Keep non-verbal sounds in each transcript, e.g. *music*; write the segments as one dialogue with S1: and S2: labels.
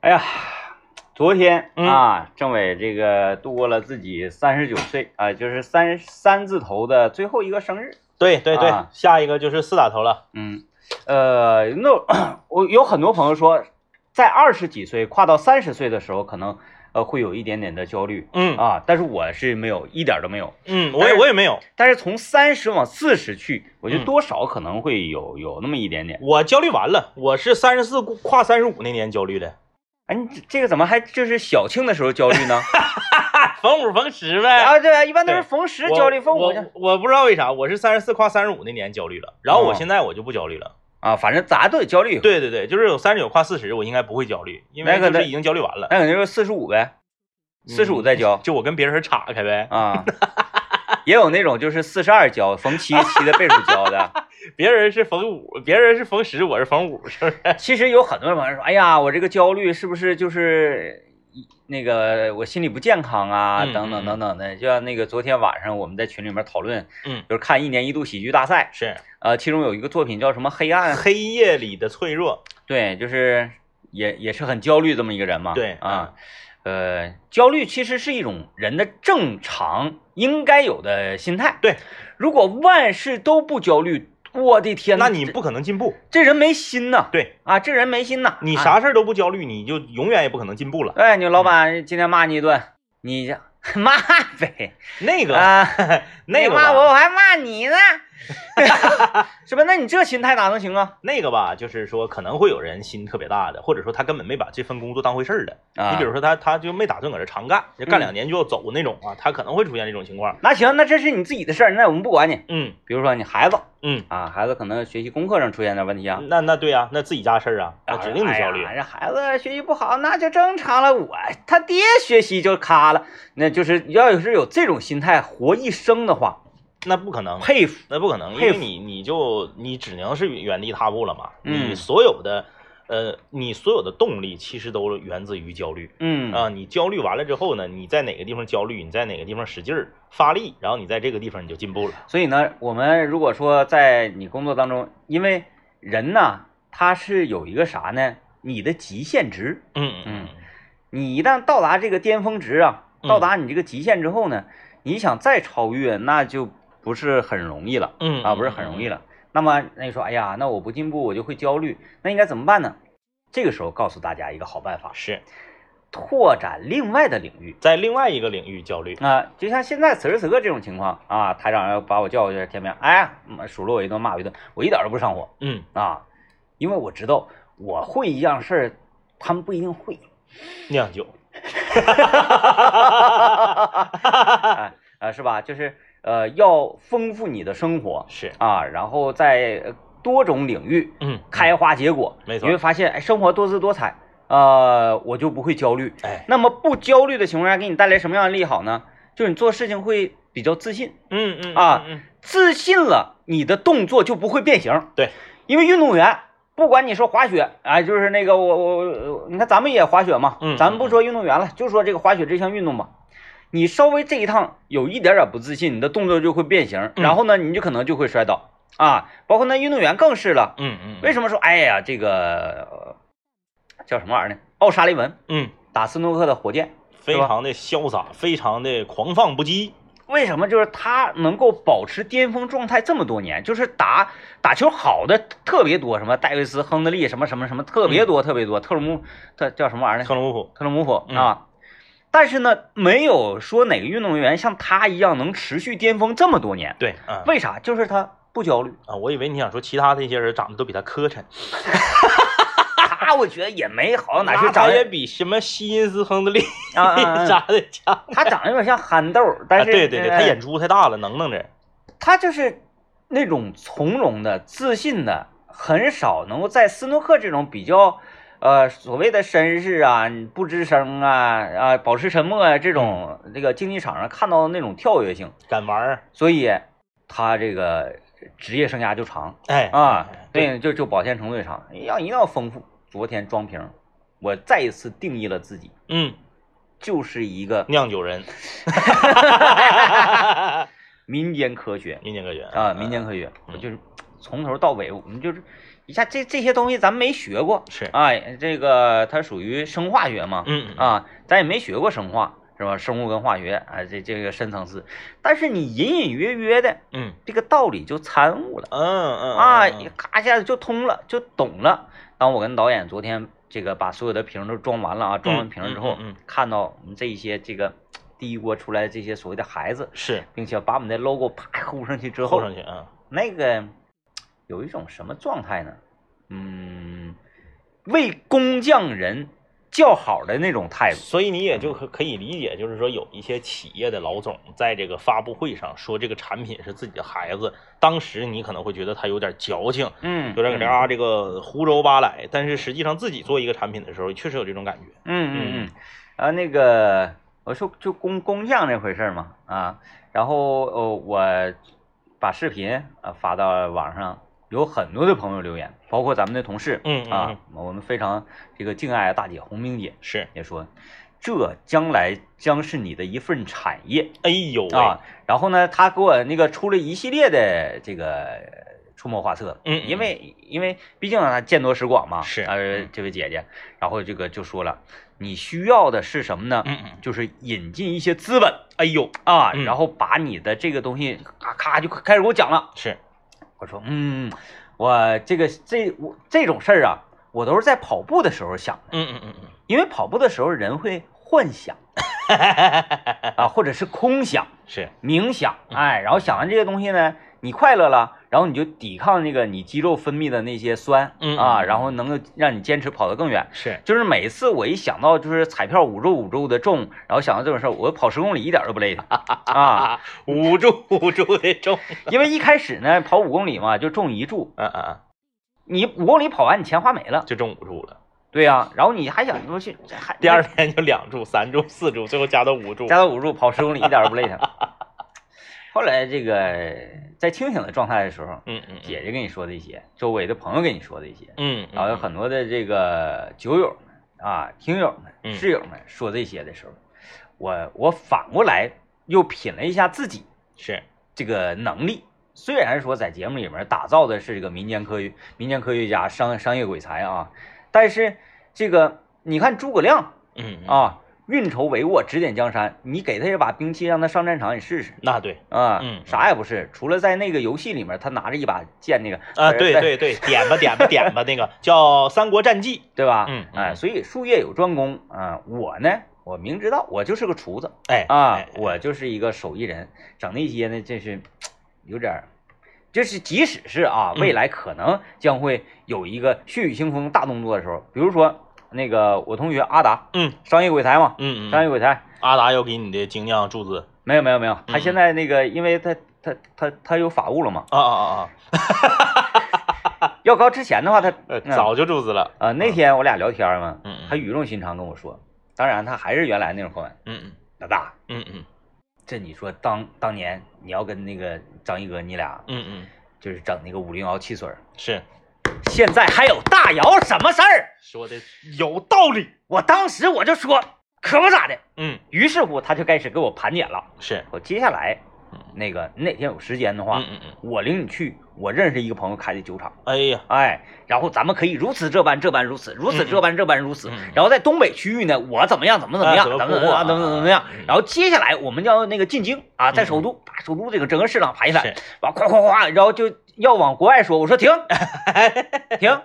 S1: 哎呀，昨天
S2: 嗯
S1: 啊，政委这个度过了自己三十九岁啊，就是三三字头的最后一个生日。
S2: 对对对，
S1: 啊
S2: 下一个就是四打头了。
S1: 嗯，呃，那我有很多朋友说，在二十几岁跨到三十岁的时候，可能呃会有一点点的焦虑
S2: 嗯
S1: 啊，但是我是没有，一点儿都没有。
S2: 嗯，
S1: 但
S2: 我
S1: 是
S2: 也我也没有，
S1: 但是从三十往四十去，我觉得
S2: 嗯
S1: 多少可能会有有那么一点点。
S2: 我焦虑完了，我是三十四跨三十五那年焦虑的，
S1: 哎，你这这个怎么还就是小庆的时候焦虑
S2: *laughs*
S1: 呢？
S2: 逢五逢十呗。
S1: 啊，对啊，一般都是
S2: 对
S1: 逢十
S2: 我
S1: 焦虑，逢五
S2: 我
S1: 就
S2: 我不知道为啥，我是三十四跨三十五那年焦虑了，然后
S1: 哦
S2: 我现在我就不焦虑了。
S1: 啊，反正咋都得焦虑。，
S2: 对对对，就是有三十九跨四十，我应该不会焦虑，因
S1: 那
S2: 为
S1: 个
S2: 就是
S1: 那
S2: 已经焦虑完 *laughs* 了，
S1: 那可能就是四十五呗，四十五
S2: 嗯
S1: 再交
S2: 就我跟别人岔开呗，
S1: 啊。 *laughs* 也有那种就是四十二交，逢七七的倍数交
S2: *laughs*
S1: 的。
S2: 别人是逢五，别人是逢十，我是逢五，是不是？
S1: 其实有很多朋友说，哎呀，我这个焦虑是不是就是那个我心里不健康啊，
S2: 嗯
S1: 等等
S2: 嗯
S1: 等等的。就像那个昨天晚上我们在群里面讨论，
S2: 嗯
S1: 就是看一年一度喜剧大赛，
S2: 是
S1: 呃，其中有一个作品叫什么《黑暗》，
S2: 黑夜里的脆弱，
S1: 对，就是也也是很焦虑这么一个人嘛。
S2: 对
S1: 啊，呃，焦虑其实是一种人的正常应该有的心态。
S2: 对，
S1: 如果万事都不焦虑，我的天呐，
S2: 那你不可能进步。
S1: 这人没心呐！
S2: 对
S1: 啊，这人没心呐！
S2: 你
S1: 啊？
S2: 啥事儿都不焦虑，你就永远也不可能进步了。
S1: 哎，你老板今天骂你一顿，你这骂呗
S2: 那个
S1: 啊！
S2: *laughs* 那
S1: 你
S2: 个
S1: 骂
S2: 吧
S1: 我，我还骂你
S2: *laughs*
S1: 呢，是吧？那你这心态哪能行啊？
S2: 那个吧，就是说可能会有人心特别大的，或者说他根本没把这份工作当回事儿的。
S1: 啊
S2: 你比如说他，他就没打算搁这长干，就干
S1: 嗯
S2: 两年就要走那种啊，他可能会出现这种情况。
S1: 那行，那这是你自己的事儿，那我们不管你。
S2: 嗯
S1: 比如说你孩子，
S2: 嗯，
S1: 啊，孩子可能学习功课上出现点问题啊，
S2: 那那对呀、那自己家事儿啊，那
S1: 啊
S2: 指定得焦虑。
S1: 哎呀这孩子学习不好，那就正常了。我他爹学习就咔了，那就是要是有这种心态活一生的话，
S2: 那不可能，
S1: 佩服。
S2: 那不可能，因
S1: 佩
S2: 为
S1: 服
S2: 你你就你只能是原地踏步了嘛。
S1: 嗯
S2: 你所有的呃，你所有的动力其实都源自于焦虑。
S1: 嗯
S2: 啊，你焦虑完了之后呢，你在哪个地方焦虑，你在哪个地方使劲儿发力，然后你在这个地方你就进步了。
S1: 所以呢，我们如果说在你工作当中，因为人呐，他是有一个啥呢？你的极限值，
S2: 嗯
S1: 嗯你一旦到达这个巅峰值啊，
S2: 嗯
S1: 到达你这个极限之后呢，你想再超越，那就不是很容易了。
S2: 嗯
S1: 啊，不是很容易。了。那么那你说，哎呀，那我不进步我就会焦虑，那应该怎么办呢？这个时候告诉大家一个好办法，
S2: 是
S1: 拓展另外的领域。
S2: 在另外一个领域焦虑。
S1: 啊、就像现在此时此刻这种情况啊，台长要把我叫过去天明，哎呀，嗯数落我一顿骂我一顿，我一点都不上火
S2: 嗯，
S1: 啊，因为我知道我会一样事儿，他们不一定会。 *laughs*
S2: 酿酒。
S1: 啊、呃，是吧？就是呃，要丰富你的生活
S2: 是，
S1: 啊，然后在呃多种领域
S2: 嗯，
S1: 开花结果，
S2: 没错
S1: 你会发现，哎，生活多姿多彩，呃，我就不会焦虑。
S2: 哎，
S1: 那么不焦虑的情况下，给你带来什么样的利好呢？就是你做事情会比较自信，
S2: 嗯嗯
S1: 啊
S2: 嗯
S1: 自信了，你的动作就不会变形。
S2: 对，
S1: 因为运动员，不管你说滑雪，哎，就是那个我我我，你看咱们也滑雪嘛，
S2: 嗯
S1: 咱们不说运动员了，就说这个滑雪这项运动吧。你稍微这一趟有一点点不自信，你的动作就会变形，
S2: 嗯
S1: 然后呢，你就可能就会摔倒啊。包括那运动员更是了，
S2: 嗯嗯，
S1: 为
S2: 什
S1: 什么说哎呀这个呃叫什么玩意儿呢？奥沙利文
S2: 嗯，
S1: 打斯诺克的火箭，
S2: 非常的潇洒，非常的狂放不羁。
S1: 为什么就是他能够保持巅峰状态这么多年？就是打打球好的特别多，什么戴维斯、亨德利，什么什么什么特别多特别多，特鲁姆特叫什么玩意儿呢？
S2: 特朗普，
S1: 特鲁姆普
S2: 嗯
S1: 啊。但是呢，没有说哪个运动员像他一样能持续巅峰这么多年。
S2: 对，嗯
S1: 为啥？就是他不焦虑。
S2: 啊，我以为你想说其他的一些人长得都比他磕碜，
S1: 他我觉得也没好到哪去，长
S2: 他也
S1: 得
S2: 比什么希因斯亨德利
S1: 啊啊啊，
S2: *laughs* 啥的强。
S1: 他长得有点像憨豆儿，但
S2: 啊
S1: 是
S2: 对对对，他
S1: 哎
S2: 眼珠太大了，能弄着。
S1: 他就是那种从容的、自信的，很少能够在斯诺克这种比较，呃，所谓的绅士啊、不吱声啊、啊保持沉默啊这种这个竞技场上看到的那种跳跃性，
S2: 敢玩儿，
S1: 所以他这个职业生涯就长
S2: 哎
S1: 啊，
S2: 对，
S1: 对，就就保鲜程度也长，要一定要丰富。昨天装瓶，我再一次定义了自己，
S2: 嗯，
S1: 就是一个
S2: 酿
S1: *laughs*
S2: 酒人， *laughs*
S1: 民间科学
S2: 民间歌曲
S1: 啊
S2: 嗯
S1: 啊，民间科学，我就是从头到尾，我们就是一下这这些东西咱没学过，
S2: 嗯是，
S1: 哎，这个它属于生化学嘛，
S2: 嗯嗯
S1: 啊，咱也没学过生化是吧？生物跟化学啊，这这个深层次，但是你隐隐约约的
S2: 嗯
S1: 这个道理就参悟了。
S2: 嗯嗯
S1: 啊，
S2: 嗯嗯
S1: 咔一下子就通了，就懂了。然后我跟导演昨天这个把所有的瓶都装完了啊，装完瓶之后，
S2: 嗯嗯嗯嗯
S1: 看到我们这一些这个第一波出来的这些所谓的孩子，
S2: 是
S1: 并且把我们的 logo 啪呼上去之后，
S2: 扣上去啊，
S1: 那个有一种什么状态呢？嗯，为工匠人叫好的那种态度。
S2: 所以你也就可可以理解，就是说有一些企业的老总在这个发布会上说这个产品是自己的孩子，当时你可能会觉得他有点矫情，
S1: 嗯，
S2: 有点搁这啊这个胡诌八来，但是实际上自己做一个产品的时候，确实有这种感觉。
S1: 嗯嗯嗯，啊，那个我说就工工匠这回事儿嘛，啊，然后呃我把视频啊发到网上，有很多的朋友留言，包括咱们的同事，
S2: 嗯嗯
S1: 啊
S2: 嗯，
S1: 我们非常这个敬爱的大姐红冰姐
S2: 是，
S1: 也说，这将来将是你的一份产业
S2: 哎呦喂，
S1: 啊，然后呢，她给我那个出了一系列的这个。出谋划策，
S2: 嗯嗯
S1: 因为因为毕竟她见多识广嘛，
S2: 是
S1: 呃
S2: 嗯，
S1: 这位姐姐，然后这个就说了，你需要的是什么呢？
S2: 嗯嗯，
S1: 就是引进一些资本，哎呦啊，
S2: 嗯
S1: 然后把你的这个东西咔咔就开始给我讲了。
S2: 是，
S1: 我说，嗯，我这个这我这种事儿啊，我都是在跑步的时候想的，
S2: 嗯嗯嗯嗯，
S1: 因为跑步的时候人会幻
S2: *laughs*
S1: 想啊，或者是空想、
S2: 是，
S1: 冥想，
S2: 嗯
S1: 哎，然后想完这些东西呢，你快乐了，然后你就抵抗那个你肌肉分泌的那些酸
S2: 嗯
S1: 啊，
S2: 嗯
S1: 然后能够让你坚持跑得更远。
S2: 是，
S1: 就是每次我一想到就是彩票五注五注的中，然后想到这种事儿，我跑十公里一点都不
S2: *laughs*
S1: 累的啊，
S2: 啊，捂住捂住的中，
S1: 因为一开始呢跑五公里嘛就中一注，
S2: 嗯嗯嗯，
S1: 你五公里跑完你钱花没了，
S2: 就中捂住了。对
S1: 对呀、然后你还想说去这还
S2: 第二天就两注、三注、四注，最后加到五注
S1: 加。到五注跑十公里一点都不累的。后来这个在清醒的状态的时候，
S2: 嗯嗯，
S1: 姐姐跟你说的一些，周围的朋友跟你说的一些，
S2: 嗯，
S1: 然后有很多的这个酒友们啊、听友们、
S2: 嗯
S1: 室友们说这些的时候，我我反过来又品了一下自己
S2: 是，
S1: 这个能力。虽然说在节目里面打造的是这个民间科学、民间科学家、商商业鬼才啊，但是这个你看诸葛亮
S2: 嗯，
S1: 啊，运筹帷幄，指点江山，你给他一把兵器，让他上战场，你试试。
S2: 那对
S1: 啊，
S2: 嗯
S1: 啥也不是，除了在那个游戏里面，他拿着一把剑，那个
S2: 啊，
S1: 呃
S2: 对
S1: 在
S2: 对对，点吧点吧
S1: *laughs*
S2: 点吧，那个叫《三国战记
S1: 对吧？
S2: 嗯
S1: 哎、
S2: 嗯
S1: 所以术业有专攻啊、我呢，我明知道我就是个厨子》。
S2: 哎
S1: 啊，
S2: 哎
S1: 我就是一个手艺人，整那些呢，真是有点儿，就是即使是啊，
S2: 嗯
S1: 未来可能将会有一个血雨腥风大动作的时候，比如说那个我同学阿达，
S2: 嗯，
S1: 商业鬼才嘛，
S2: 嗯
S1: 商
S2: 嗯，
S1: 业鬼才，
S2: 阿达要给你的精酿注资
S1: 没有没有没有，他
S2: 嗯
S1: 现在那个，因为他他他他有法务了嘛，
S2: 啊啊啊
S1: 要高之前的话，他
S2: 啊，呃，
S1: 嗯
S2: 早就注资了，
S1: 啊、那天我俩聊天嘛，
S2: 嗯嗯
S1: 他语重心长跟我说，当然他还是原来那种口吻，
S2: 嗯
S1: 老大。
S2: 嗯嗯
S1: 这你说当当年你要跟那个张一哥你俩
S2: 嗯嗯，
S1: 就是整那个五零幺汽水儿，
S2: 是
S1: 现在还有大姚什么事儿？
S2: 说的有道理，
S1: 我当时我就说可不咋的，
S2: 嗯，
S1: 于是乎他就开始给我盘点了。
S2: 是，
S1: 我接下来
S2: 嗯
S1: 那个你哪天有时间的话，
S2: 嗯嗯嗯，
S1: 我领你去我认识一个朋友开的酒厂，
S2: 哎呀，
S1: 哎，然后咱们可以如此这般这般如此，如此这般这般如此。
S2: 嗯嗯
S1: 然后在东北区域呢，我怎么样怎么怎么
S2: 哎
S1: 样，
S2: 怎么
S1: 怎么怎么
S2: 破获
S1: 样怎么怎么样
S2: 啊嗯。嗯
S1: 然后接下来我们要那个进京啊，在首都把首都这个整个市场盘一盘
S2: 是，
S1: 完哗哗哗，然后就要往国外说，我说停停，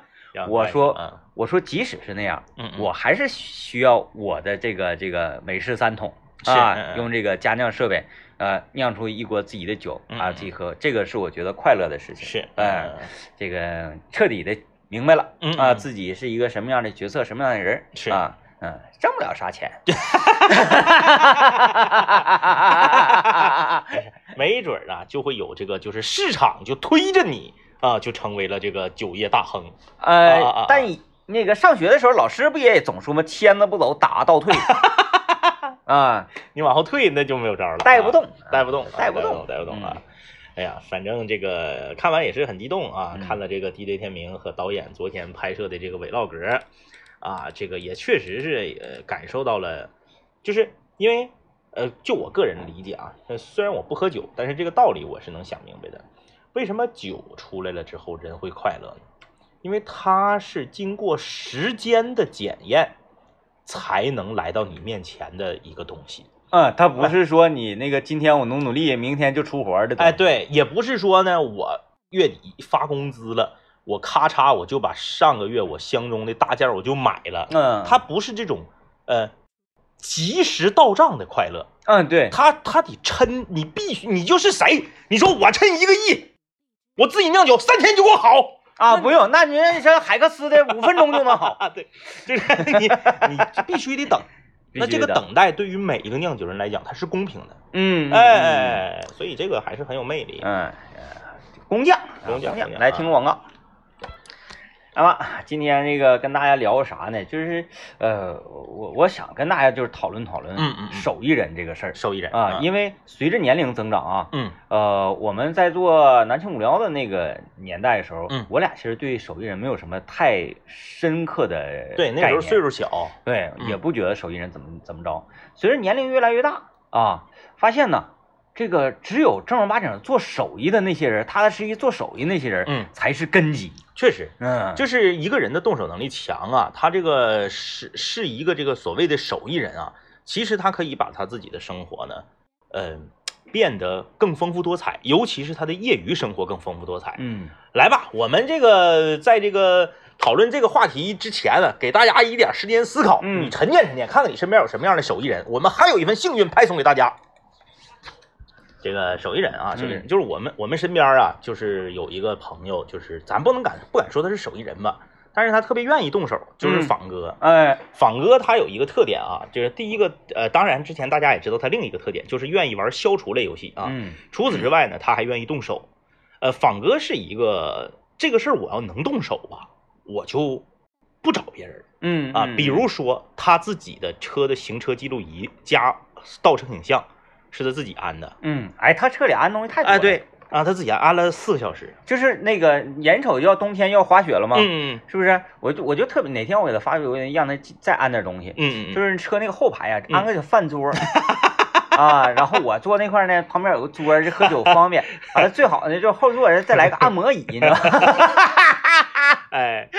S1: 我说
S2: 嗯
S1: 我说即使是那样，
S2: 嗯，
S1: 我还是需要我的这个这个美式三桶
S2: 是嗯
S1: 啊，
S2: 嗯
S1: 用这个家酿设备。呃，酿出一锅自己的酒
S2: 嗯
S1: 啊，
S2: 嗯
S1: 自己喝，这个是我觉得快乐的事情。
S2: 是，
S1: 哎、这个彻底的明白了，
S2: 嗯嗯
S1: 啊，
S2: 嗯
S1: 自己是一个什么样的角色，什么样的人，
S2: 是
S1: 啊，嗯，挣不了啥
S2: *laughs*
S1: 钱， *laughs*
S2: 没准儿啊就会有这个，就是市场就推着你啊，就成为了这个酒业大亨，啊啊啊
S1: 呃，但那个上学的时候，老师不也总说吗？签子不走，打倒退，
S2: *laughs*
S1: 啊，
S2: 你往后退那就没有招了，
S1: 带不动
S2: 啊，带不动，啊
S1: 带
S2: 带
S1: 不动，嗯
S2: 带不动啊！哎呀，反正这个看完也是很激动啊，
S1: 嗯
S2: 看了这个 DJ 天明和导演昨天拍摄的这个伪老格，啊，这个也确实是呃感受到了，就是因为呃，就我个人理解啊，呃虽然我不喝酒，但是这个道理我是能想明白的。为什么酒出来了之后人会快乐呢？因为它是经过时间的检验，才能来到你面前的一个东西。
S1: 嗯，他不是说你那个今天我努努力，明天就出活儿的东
S2: 哎，
S1: 西。
S2: 对，也不是说呢，我月底发工资了，我咔嚓我就把上个月我相中的大件儿我就买了。
S1: 嗯，
S2: 它不是这种呃及时到账的快乐，
S1: 嗯对，
S2: 他他得抻，你必须你就是谁？你说我抻一个亿，我自己酿酒三天就给我好
S1: 啊，不用，那您说海克斯的
S2: *laughs*
S1: 五分钟就能好，
S2: 啊！对，就是 *laughs* 你你必须得等。
S1: 必须
S2: 那这个
S1: 得
S2: 等待对于每一个酿酒人来讲，它是公平的，
S1: 嗯，
S2: 哎哎，哎所以这个还是很有魅力。
S1: 嗯，工匠，
S2: 哎工匠
S1: 啊
S2: 工匠
S1: 来听广告。那么今天这个跟大家聊个啥呢？就是呃，我我想跟大家就是讨论讨论
S2: 嗯嗯嗯
S1: 手艺人这个事儿
S2: 受益人
S1: 啊，因为随着年龄增长啊，
S2: 嗯
S1: 呃，我们在做南青五聊的那个年代的时候，
S2: 嗯
S1: 我俩其实对手艺人没有什么太深刻的
S2: 对那时候
S1: 概念
S2: 岁数小，
S1: 对，
S2: 嗯
S1: 也不觉得手艺人怎么怎么着。随着年龄越来越大啊，发现呢，这个只有正儿八经做手艺的那些人，踏踏实实做手艺那些人，
S2: 嗯
S1: 才是根基。
S2: 确实
S1: 嗯，
S2: 就是一个人的动手能力强啊，他这个是是一个这个所谓的手艺人啊，其实他可以把他自己的生活呢，嗯、变得更丰富多彩，尤其是他的业余生活更丰富多彩。
S1: 嗯，
S2: 来吧，我们这个在这个讨论这个话题之前呢，给大家一点时间思考，
S1: 嗯
S2: 你沉淀沉淀，看看你身边有什么样的手艺人。我们还有一份幸运派送给大家。这个手艺人啊，
S1: 嗯
S2: 手艺人就是我们我们身边啊，就是有一个朋友，就是咱不能敢不敢说他是手艺人吧，但是他特别愿意动手，就
S1: 嗯
S2: 是仿哥。
S1: 哎，
S2: 仿哥他有一个特点啊，就是第一个呃，当然之前大家也知道他另一个特点就是愿意玩消除类游戏啊。
S1: 嗯
S2: 除此之外呢，他还愿意动手。呃，仿哥是一个这个事儿，我要能动手吧，我就不找别人
S1: 嗯
S2: 啊。
S1: 嗯
S2: 比如说他自己的车的行车记录仪加倒车影像是他自己安的，
S1: 嗯，哎，他车里安东西太多了，
S2: 哎对，啊，他自己安了四个小时。
S1: 就是那个眼瞅要冬天要滑雪了嘛，
S2: 嗯
S1: 是不是？我就我就特别哪天我给他发邮件，让他再安点东西，
S2: 嗯嗯，
S1: 就是是车那个后排呀、
S2: 嗯
S1: 安个小饭桌。 *laughs* 啊，然后我坐那块儿呢，旁边有个桌儿，这喝酒方便。完了，最好呢，就后座人再来个按摩椅，你知道吧？
S2: 哎。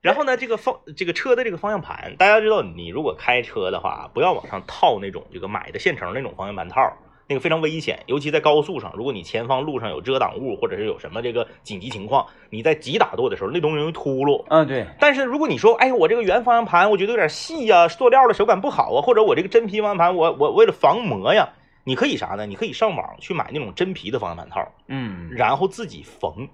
S2: 然后呢，这个方这个车的这个方向盘，大家知道，你如果开车的话，不要往上套那种这个买的现成那种方向盘套，那个非常危险，尤其在高速上，如果你前方路上有遮挡物，或者是有什么这个紧急情况，你在急打舵的时候，那东西容易秃噜。
S1: *laughs* 嗯，对，
S2: 但是如果你说，哎，我这个原方向盘我觉得有点细呀、塑料的手感不好啊，或者我这个真皮方向盘我我为了防磨呀，你可以啥呢？你可以上网去买那种真皮的方向盘套，
S1: 嗯，
S2: 然后自己缝。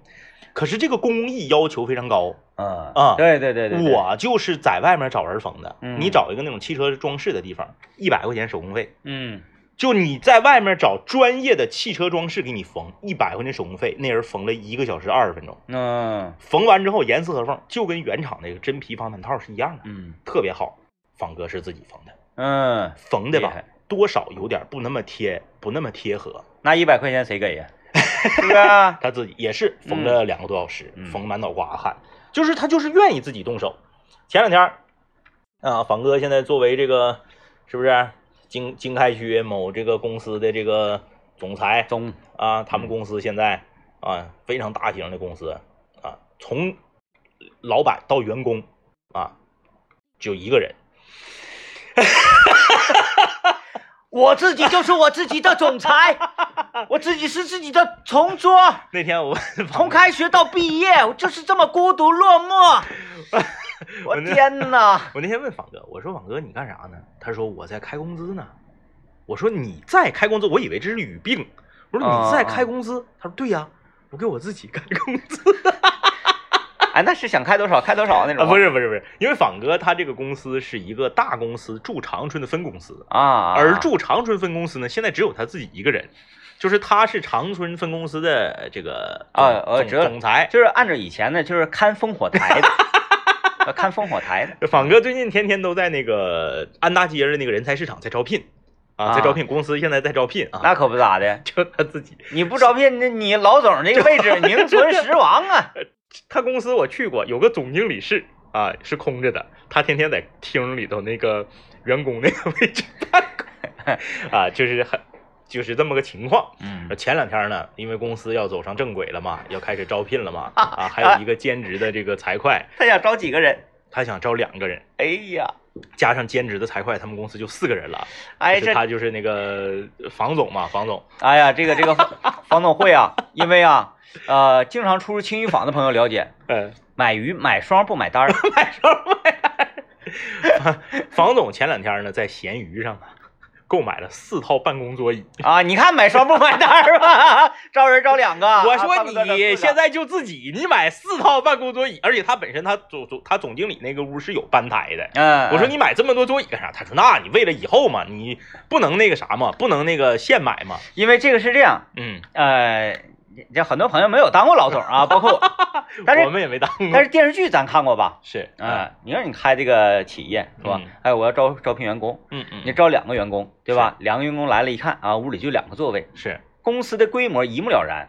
S2: 可是这个工艺要求非常高，
S1: 啊
S2: 啊
S1: 对对对对，对，
S2: 我就是在外面找人缝的。
S1: 嗯
S2: 你找一个那种汽车装饰的地方，一百块钱手工费，
S1: 嗯，
S2: 就你在外面找专业的汽车装饰给你缝，一百块钱手工费，那人缝了一个小时二十分钟，
S1: 嗯
S2: 缝完之后严丝合缝，就跟原厂那个真皮方向盘套是一样的，
S1: 嗯
S2: 特别好。仿哥是自己缝的，
S1: 嗯，
S2: 缝的
S1: 厉
S2: 吧
S1: 害，
S2: 多少有点不那么贴，不那么贴合。
S1: 那一百块钱谁给 *laughs* 呀？是不是啊？
S2: 他自己也是缝了两个多小时，
S1: 嗯
S2: 缝满脑瓜汗，就是他就是愿意自己动手。前两天儿，啊，仿哥现在作为这个是不是经经开区某这个公司的这个总裁，
S1: 中，
S2: 啊，他们公司现在啊非常大型的公司啊，从老板到员工啊，就一个人。
S1: 我自己就是我自己的总裁，我自己是自己的同桌，
S2: 那天我
S1: 从开学到毕业，我就是这么孤独落寞。 *laughs* 我天哪！
S2: 我那天问仿哥，我说仿哥你干啥呢？他说我在开工资呢。我说你在开工资，我以为这是语病。我说
S1: 啊
S2: 你在
S1: 啊
S2: 开工资，他说对呀、我给我自己开工资。
S1: *laughs* 哎，那是想开多少开多少那种
S2: 啊，
S1: 吗。
S2: 不是不是不是，因为仿哥他这个公司是一个大公司驻长春的分公司，
S1: 啊，
S2: 而驻长春分公司呢，现在只有他自己一个人，就是他是长春分公司的这个
S1: 啊
S2: 总
S1: 呃
S2: 总
S1: 知道
S2: 总裁。
S1: 就是按照以前的，就是看烽火台的，呃 *laughs* 看烽火台的。
S2: 仿哥最近天天都在那个安大街的那个人才市场在招聘，啊，在招聘，公司现在在招聘啊，
S1: 那可不咋的，
S2: *laughs* 就他自己，
S1: 你不招聘，那你老总这个位 *laughs* 置名存实亡啊！
S2: 他公司我去过，有个总经理室啊是空着的，他天天在 *laughs* 厅里头那个员工那个位置办公啊，就是很就是这么个情况。
S1: *laughs* 嗯
S2: 呃前两天呢，因为公司要走上正轨了嘛，要开始招聘了嘛，啊，还有一个兼职的这个财会，
S1: 他想招几个人？
S2: 他想招两个人，
S1: 哎呀，
S2: 加上兼职的财会，他们公司就四个人了。
S1: 哎
S2: 就是
S1: 这，
S2: 他就是那个房总嘛，房总，
S1: 哎呀，这个这个房总会啊，因为啊，呃，经常出入青鱼坊的朋友了解，
S2: 嗯，
S1: 买鱼买双不买单儿，
S2: 房总前两天呢在闲鱼上啊购买了四套办公桌椅。
S1: *laughs* 啊，你看买双不买单儿吧，招人招两个。
S2: 我
S1: 啊
S2: 说
S1: 恨不得整四
S2: 你
S1: 个
S2: 现在就自己，你买四套办公桌椅，而且他本身他总总他总经理那个屋是有吧台的。
S1: 嗯，
S2: 我说你买这么多桌椅干啥？他说那你为了以后嘛，你不能那个啥嘛，不能那个现买嘛。
S1: 因为这个是这样，
S2: 嗯，
S1: 呃，这很多朋友没有当过老总啊，包括
S2: *laughs*
S1: 我，但
S2: 我
S1: 是
S2: 们也没当过。
S1: 但是电视剧咱看过吧？
S2: 是，
S1: 啊、你让你开这个企业是吧
S2: 嗯？
S1: 哎，我要招招聘员工，
S2: 嗯嗯，
S1: 你招两个员工对吧？两个员工来了，一看啊，屋里就两个座位，
S2: 是
S1: 公司的规模一目了
S2: *laughs*
S1: 然，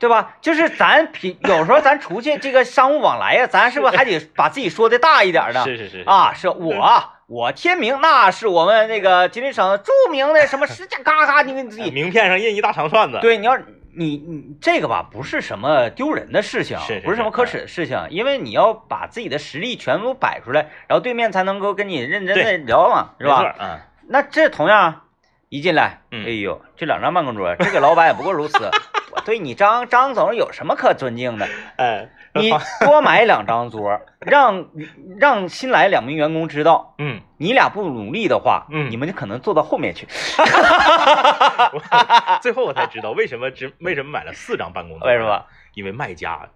S1: 对吧？就是咱平有时候咱出去这个商务往来呀，咱是不是还得把自己说的大一点呢？
S2: 是是是，
S1: *laughs* 啊，是
S2: 嗯
S1: 我啊。我天明，那是我们那个吉林省著名的什么十家，嘎嘎，你给你自己
S2: 哎名片上印一大长串子。
S1: 对，你要你你这个吧，不是什么丢人的事情，
S2: 是是哎
S1: 不是什么可耻的事情，因为你要把自己的实力全部摆出来，然后对面才能够跟你认真的
S2: 对
S1: 聊嘛，是
S2: 没错
S1: 吧？
S2: 嗯，
S1: 那这同样一进来，
S2: 嗯
S1: 哎呦，这两张办公桌，这个老板也不过如
S2: *laughs*
S1: 此。我对你张张总有什么可尊敬的？
S2: 哎，
S1: 你多买两张桌，让让新来两名员工知道，*laughs*
S2: *laughs* 嗯，
S1: 你俩不努力的话，
S2: 嗯
S1: 你们就可能坐到后面去。
S2: 最后我才知道为什么只为什么买了四张办公桌，
S1: 为什？
S2: *laughs*
S1: 么？
S2: 因为卖家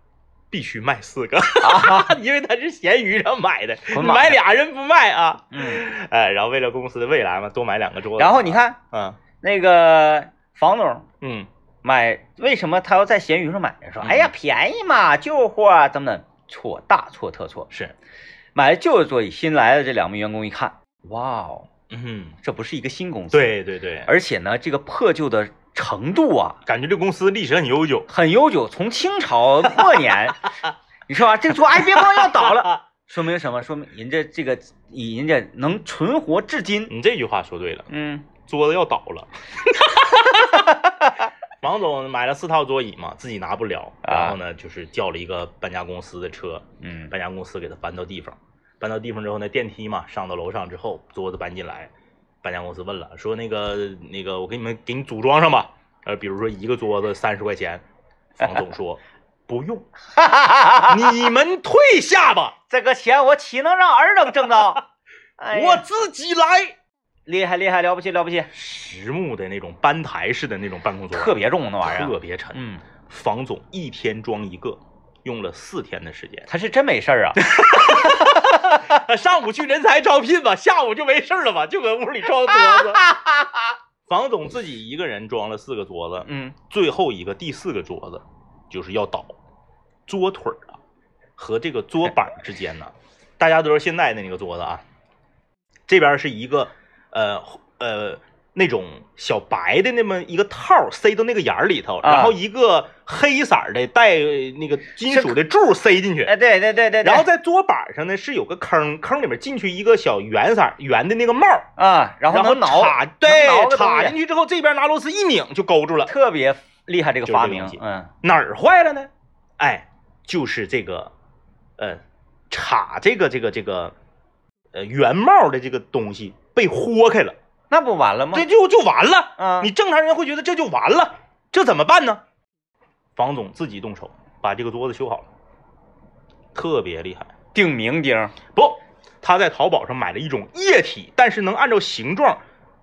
S2: 必须卖四个，
S1: 啊，
S2: *laughs* 因为他是闲鱼上买的，
S1: 捆绑
S2: 买俩人不卖啊。
S1: 嗯。
S2: 哎，然后为了公司的未来嘛，多买两个桌子。
S1: 然后你，看
S2: 嗯
S1: 那个房总
S2: 嗯，
S1: 买，为什么他要在闲鱼上买呢？说
S2: 嗯
S1: 哎呀便宜嘛，旧货啊怎么怎么错，大错特错。
S2: 是，
S1: 买了旧的座椅，新来的这两名员工一看，哇哦，
S2: 嗯，
S1: 这不是一个新公司，，
S2: 对对对，
S1: 而且呢，这个破旧的程度啊
S2: 感觉这公司历史很悠久。
S1: 很悠久，从清朝末
S2: *laughs*
S1: 年，你说吧，这个说哎别碰要倒了，
S2: 了，
S1: 说明什么？说明人家这个人家能存活至今，
S2: 你这句话说对了，
S1: 嗯，
S2: 桌子要倒了。 *laughs* 王总买了四套桌椅嘛，自己拿不了，
S1: 啊
S2: 然后呢，就是叫了一个搬家公司的车，
S1: 嗯
S2: 搬家公司给他搬到地方，搬到地方之后呢，电梯嘛，上到楼上之后，桌子搬进来，搬家公司问了，说那个那个，我给你们给你组装上吧，呃，比如说一个桌子三十块钱，房
S1: *laughs*
S2: 总说不用，你们退下吧，
S1: 这个钱我岂能让尔等挣 *laughs* 到？哎呀
S2: 我自己来。
S1: 厉害厉害，了不起了不起，
S2: 实木的那种搬台式的那种办公桌，
S1: 特别重那玩意
S2: 特
S1: 儿。
S2: 别沉，
S1: 嗯，
S2: 房总一天装一个。用了四天的时间
S1: 他是真没事儿啊。
S2: 啊， *laughs* 上午去人才招
S1: *laughs*
S2: 聘吧，下午就没事儿了吧，就搁屋里装桌子。房总自己一个人装了四个桌
S1: *laughs*
S2: 子，
S1: 嗯，
S2: 最后一个第四个桌子就是要倒，桌腿儿啊和这个桌板儿之
S1: *laughs*
S2: 间呢，大家都是现在的那个桌子啊，这边是一个呃呃那种小白的那么一个套儿塞到那个眼儿里头，
S1: 啊
S2: 然后一个黑色儿的带呃那个金属的柱儿塞进去，
S1: 哎，对对对对对。
S2: 然后在桌板上呢是有个坑，坑里面进去一个小圆色儿圆的那个帽儿，
S1: 啊，然后
S2: 然后
S1: 能挠，
S2: 插
S1: 能挠
S2: 对
S1: 个东
S2: 插
S1: 西
S2: 进去之后，这边拿螺丝一拧就勾住了，
S1: 特别厉害这个发明
S2: 就是这。
S1: 嗯，
S2: 哪儿坏了呢？哎，就是这个，呃，插这个这个这个，呃，圆帽的这个东西被豁开了，
S1: 那不完了吗
S2: 这？就就完了。
S1: 啊，
S2: 你正常人会觉得这就完了，这怎么办呢？房总自己动手把这个桌子修好了，特别厉害。
S1: 定明钉儿
S2: 不，他在淘宝上买了一种液体，但是能按照形状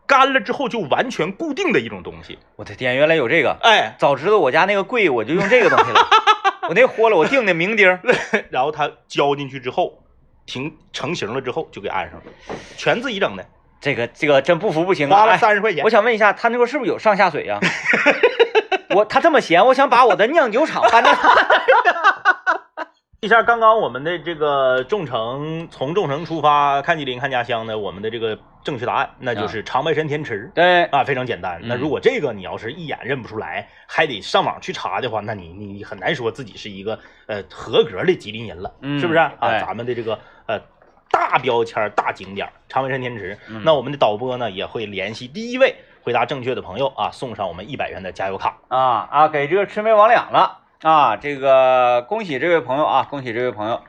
S2: 干了之后就完全固定的一种东西。
S1: 我的天，原来有这个！
S2: 哎， *laughs*
S1: 早知道我家那个贵，我就用这个东西 *laughs* 了。我那豁了，我定的明钉儿。
S2: 然后他浇进去之后，停成型了之后就给安上了，全自己整的，
S1: 这个这个真不服不行啊！
S2: 花了
S1: 哎
S2: 三十块钱。
S1: 我想问一下，他那块是不是有上下水呀、 *laughs* 我他这么闲，我想把我的酿酒厂搬到他。
S2: 一下，刚刚我们的这个众诚从众诚出发，看吉林看家乡的，我们的这个正确答案那就是长白山天池。
S1: *laughs* 对，
S2: 啊，非常简单。
S1: 嗯
S2: 那如果这个你要是一眼认不出来，还得上网去查的话，那你你你很难说自己是一个呃合格的吉林人了，
S1: 嗯
S2: 是不是啊？
S1: 对
S2: 咱们的这个呃大标签儿、大景点儿长白山天池，
S1: 嗯
S2: 那我们的导播呢也会联系第一位回答正确的朋友啊，送上我们一百元的加油卡。
S1: 啊啊，给这个魑魅魍魉了啊！这个恭喜这位朋友啊，恭喜这位朋友。